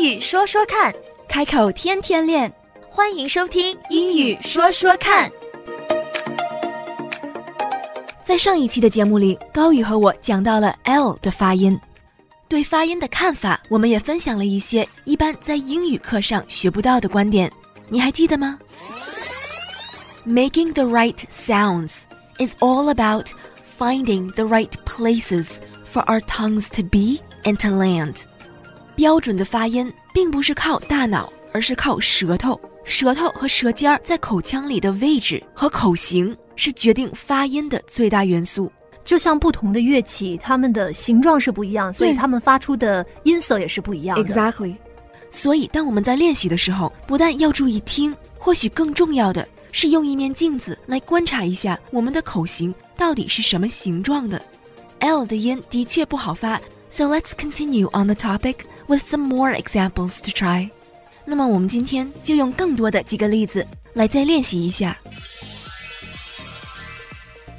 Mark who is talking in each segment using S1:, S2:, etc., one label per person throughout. S1: 语说说看，
S2: 开口天天练。
S1: 欢迎收听英语说说看。
S2: 在上一期的节目里，高宇和我讲到了 l 的发音，对发音的看法，我们也分享了一些一般在英语课上学不到的观点，你还记得吗？Making the right sounds is all about finding the right places for our tongues to be and to land。标准的发音并不是靠大脑，而是靠舌头。舌头和舌尖儿在口腔里的位置和口型是决定发音的最大元素。
S3: 就像不同的乐器，它们的形状是不一样，所以它们发出的音色也是不一样的。
S2: Exactly。所以，当我们在练习的时候，不但要注意听，或许更重要的是用一面镜子来观察一下我们的口型到底是什么形状的。L 的音的确不好发，So let's continue on the topic with some more examples to try。那么我们今天就用更多的几个例子来再练习一下。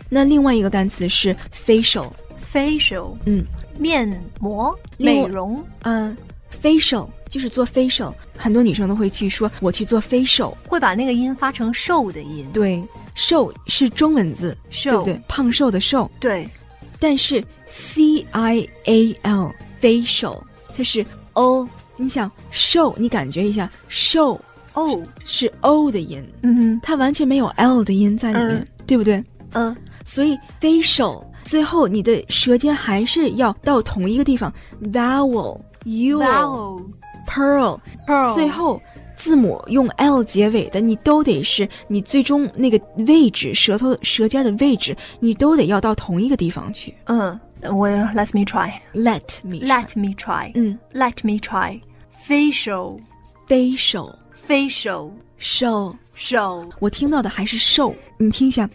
S2: 那另外一个单词是 facial，
S3: facial，
S2: 嗯，
S3: 面膜、
S2: 另
S3: 美
S2: 外
S3: 容，
S2: 嗯、f a c i a l 就是做 facial，很多女生都会去说我去做 facial，
S3: 会把那个音发成瘦的音。
S2: 对，瘦是中文字，对
S3: 瘦
S2: 不对？胖瘦的瘦，
S3: 对
S2: 但是 c i a l facial 它是 o，你想瘦，你感觉一下瘦
S3: 哦，
S2: 是 o 的音，
S3: 嗯
S2: 它完全没有 l 的音在里面，对不对？
S3: 哼呃，
S2: 所以 facial 最后你的舌尖还是要到同一个地方，vowel u
S3: vowel
S2: pearl。
S3: pearl，
S2: 最后字母用 l 结尾的，你都得是你最终那个位置，舌头舌尖的位置，你都得要到同一个地方去。
S3: 嗯，我 let me try，let
S2: Let me
S3: me try，let
S2: 嗯
S3: me try，facial
S2: ，facial
S3: facial
S2: show，
S3: 瘦
S2: 我听到的还是 show，你听一下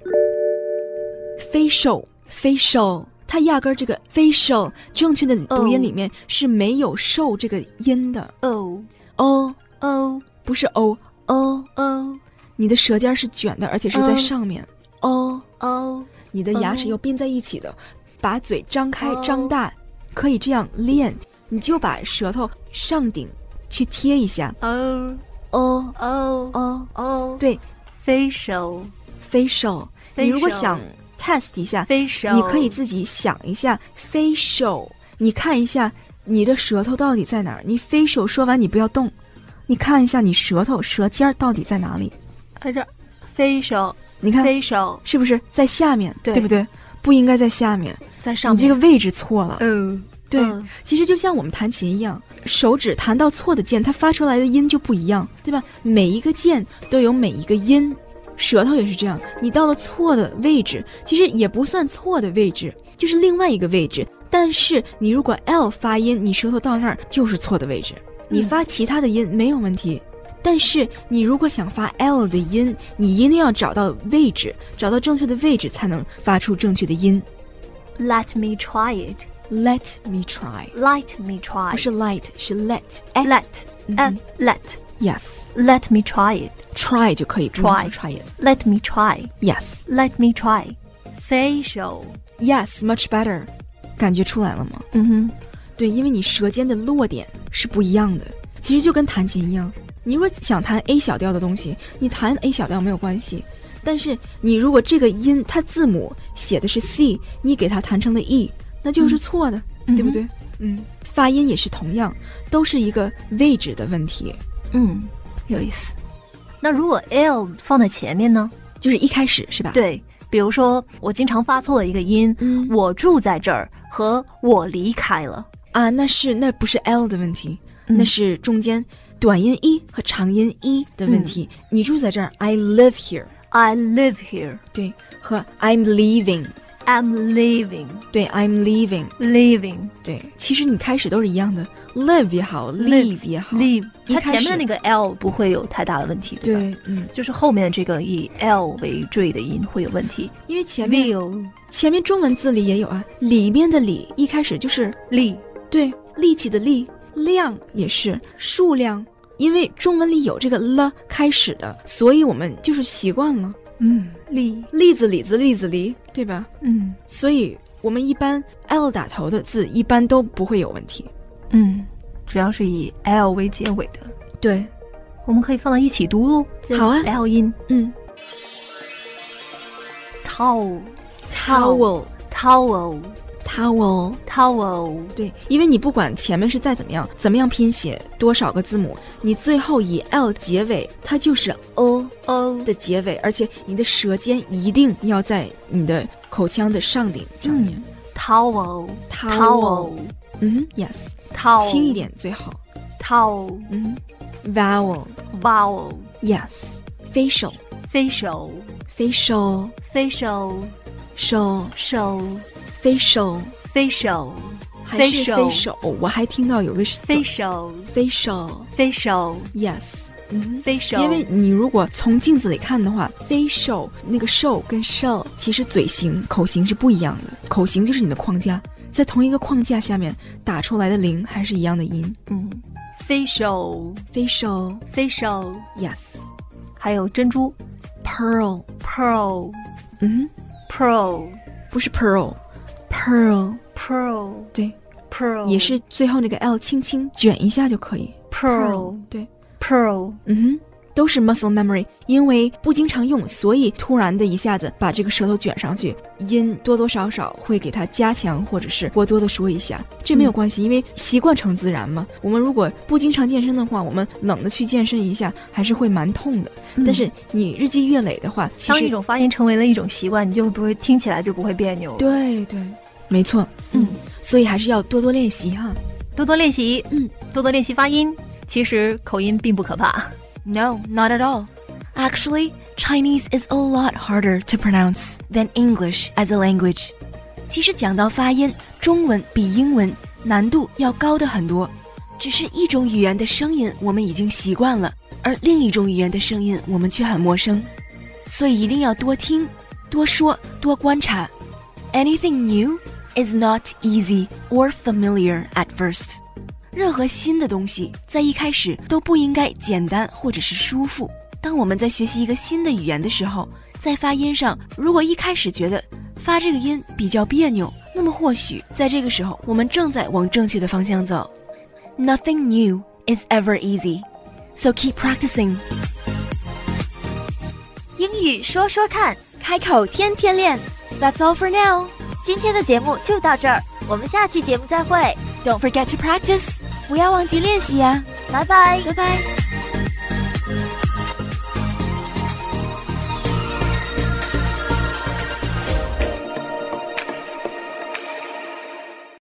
S2: ，facial facial。它压根儿这个 facial 正确的读音里面是没有 show 这个音的
S3: 哦
S2: 哦，
S3: 哦
S2: 不是哦哦，
S3: 哦
S2: 你的舌尖是卷的，而且是在
S3: 嗯
S2: 上面哦。
S3: 哦
S2: 你的牙齿
S3: 哦
S2: 要并在一起的，把嘴张开、
S3: 哦
S2: 张大，可以这样练，你就把舌头上顶去贴一下。
S3: 哦
S2: 哦
S3: 哦
S2: 哦，
S3: 哦
S2: 对
S3: ，facial
S2: ，facial，你如果想 test 一下，
S3: facial，
S2: 你可以自己想一下 facial，你看一下你的舌头到底在哪儿。你 facial 说完你不要动，你看一下你舌头舌尖儿到底在哪里。
S3: 按照 facial
S2: 你看
S3: facial
S2: 是不是在下面，
S3: 对
S2: 不对？不应该在下面，
S3: 在上
S2: 你这
S3: 面，
S2: 个位置错了。
S3: 嗯，
S2: 对，
S3: 嗯
S2: 其实就像我们弹琴一样，手指弹到错的键，它发出来的音就不一样，对吧？每一个键都有每一个音，舌头也是这样。你到了错的位置，其实也不算错的位置，就是另外一个位置。但是你如果 l 发音，你舌头到那儿就是错的位置，你
S3: 嗯
S2: 发其他的音没有问题。但是你如果想发 l 的音，你一定要找到位置，找到正确的位置才能发出正确的音。
S3: Let me try it.
S2: Let me try，
S3: Let me try.
S2: 不是哎嗯 light，是 let，let
S3: let. Uh, let.
S2: Yes,
S3: Let me try it.
S2: try 就可以
S3: Try
S2: try it.
S3: Let me try.
S2: Yes,
S3: Let me try. Facial.
S2: yes, much better. 感觉出来了吗？
S3: 嗯哼，
S2: 对，因为你舌尖的落点是不一样的，其实就跟弹琴一样。你如果想弹 A 小调的东西，你弹 A 小调没有关系，但是你如果这个音它字母写的是 C，你给它弹成了 E，那就是错的，对不对？嗯，发音也是同样，都是一个位置的问题。
S3: 嗯，有意思。那如果 l 放在前面呢？
S2: 就是一开始是吧？，
S3: 对，比如说我经常发错了一个音，
S2: 嗯
S3: 我住在这儿和我离开了。
S2: 啊，那是那不是 L 的问题，
S3: 嗯
S2: 那是中间短音一和长音一的
S3: 嗯
S2: 问题。你住在这儿，I live here，
S3: I live here.
S2: 对，和 I'm leaving，
S3: I'm leaving.
S2: 对，I'm leaving，
S3: Leaving.
S2: 对。其实你开始都是一样的，live 也好
S3: Live
S2: ，leave 也好
S3: Leave.
S2: 一
S3: 它
S2: 开始
S3: 前面的那个 l 不会有太大的问题，吧？
S2: 对，嗯，
S3: 就是后面这个以 l 为缀的音会有问题。
S2: 因为前面
S3: will
S2: 前面中文字里也有啊，里面的里一开始就是
S3: 力
S2: 对力气的力，量也是数量，因为中文里有这个了开始的，所以我们就是习惯了。
S3: 嗯，力，
S2: 栗子李子栗子梨，对吧？
S3: 嗯
S2: 所以我们一般 L 打头的字一般都不会有问题。
S3: 嗯，主要是以 l 为结尾的，
S2: 对，
S3: 我们可以放到一起读喽。这
S2: 好啊
S3: ，l 音
S2: 嗯
S3: towel
S2: ，towel
S3: towel
S2: towel，
S3: towel
S2: 对，因为你不管前面是再怎么样，怎么样拼写多少个字母，你最后以 l 结尾，它就是 o
S3: o
S2: 的结尾，而且你的舌尖一定要在你的口腔的上顶上面。
S3: towel
S2: towel 嗯，yes，
S3: towel
S2: 轻一点最好。
S3: towel
S2: 嗯，vowel，yes，facial，facial
S3: vowel。
S2: facial。
S3: facial
S2: facial 手 facial
S3: facial show facial
S2: 还是
S3: facial
S2: 非手，我还听到有个是
S3: facial
S2: facial
S3: facial
S2: yes，嗯。
S3: facial，
S2: 因为你如果从镜子里看的话，facial 那个 show 跟 show 其实嘴型、口型是不一样的，口型就是你的框架，在同一个框架下面打出来的零还是一样的音。
S3: 嗯 facial
S2: facial
S3: facial，
S2: yes
S3: 还有珍珠
S2: pearl，
S3: pearl
S2: 嗯，
S3: pearl
S2: 不是 pearl，pearl
S3: pearl
S2: 对，
S3: pearl
S2: 也是最后那个 l 轻轻卷一下就可以。
S3: pearl
S2: 对。
S3: pearl
S2: 嗯哼，都是 muscle memory，因为不经常用，所以突然的一下子把这个舌头卷上去，音多多少少会给它加强，或者是过多的说一下，这没有关
S3: 嗯
S2: 系，因为习惯成自然嘛。我们如果不经常健身的话，我们冷的去健身一下，还是会蛮痛的。但是你日积月累的话，嗯其
S3: 嗯当一
S2: 实
S3: 种发音成为了一种习惯，你就不会听起来就不会别扭了。
S2: 对对，没错，
S3: 嗯，
S2: 所以还是要多多练习哈。
S3: 多多练习，
S2: 嗯，
S3: 多多练习发音。其实口音并不可怕。
S1: No, not at all. Actually, Chinese is a lot harder to pronounce than English as a language.
S2: 其实讲到发音，中文比英文难度要高的很多。只是一种语言的声音我们已经习惯了，而另一种语言的声音我们却很陌生，所以一定要多听、多说、多观察。
S1: Anything new is not easy or familiar at first.
S2: 任何新的东西在一开始都不应该简单或者是舒服。当我们在学习一个新的语言的时候，在发音上，如果一开始觉得发这个音比较别扭，那么或许在这个时候我们正在往正确的方向走。
S1: Nothing new is ever easy.
S2: So keep practicing.
S1: 英语说说看，开口天天练。That's all for now。今天的节目就到这儿，我们下期节目再会。
S2: Don't forget to practice.
S1: 啊不要忘记练习呀、拜拜，拜拜。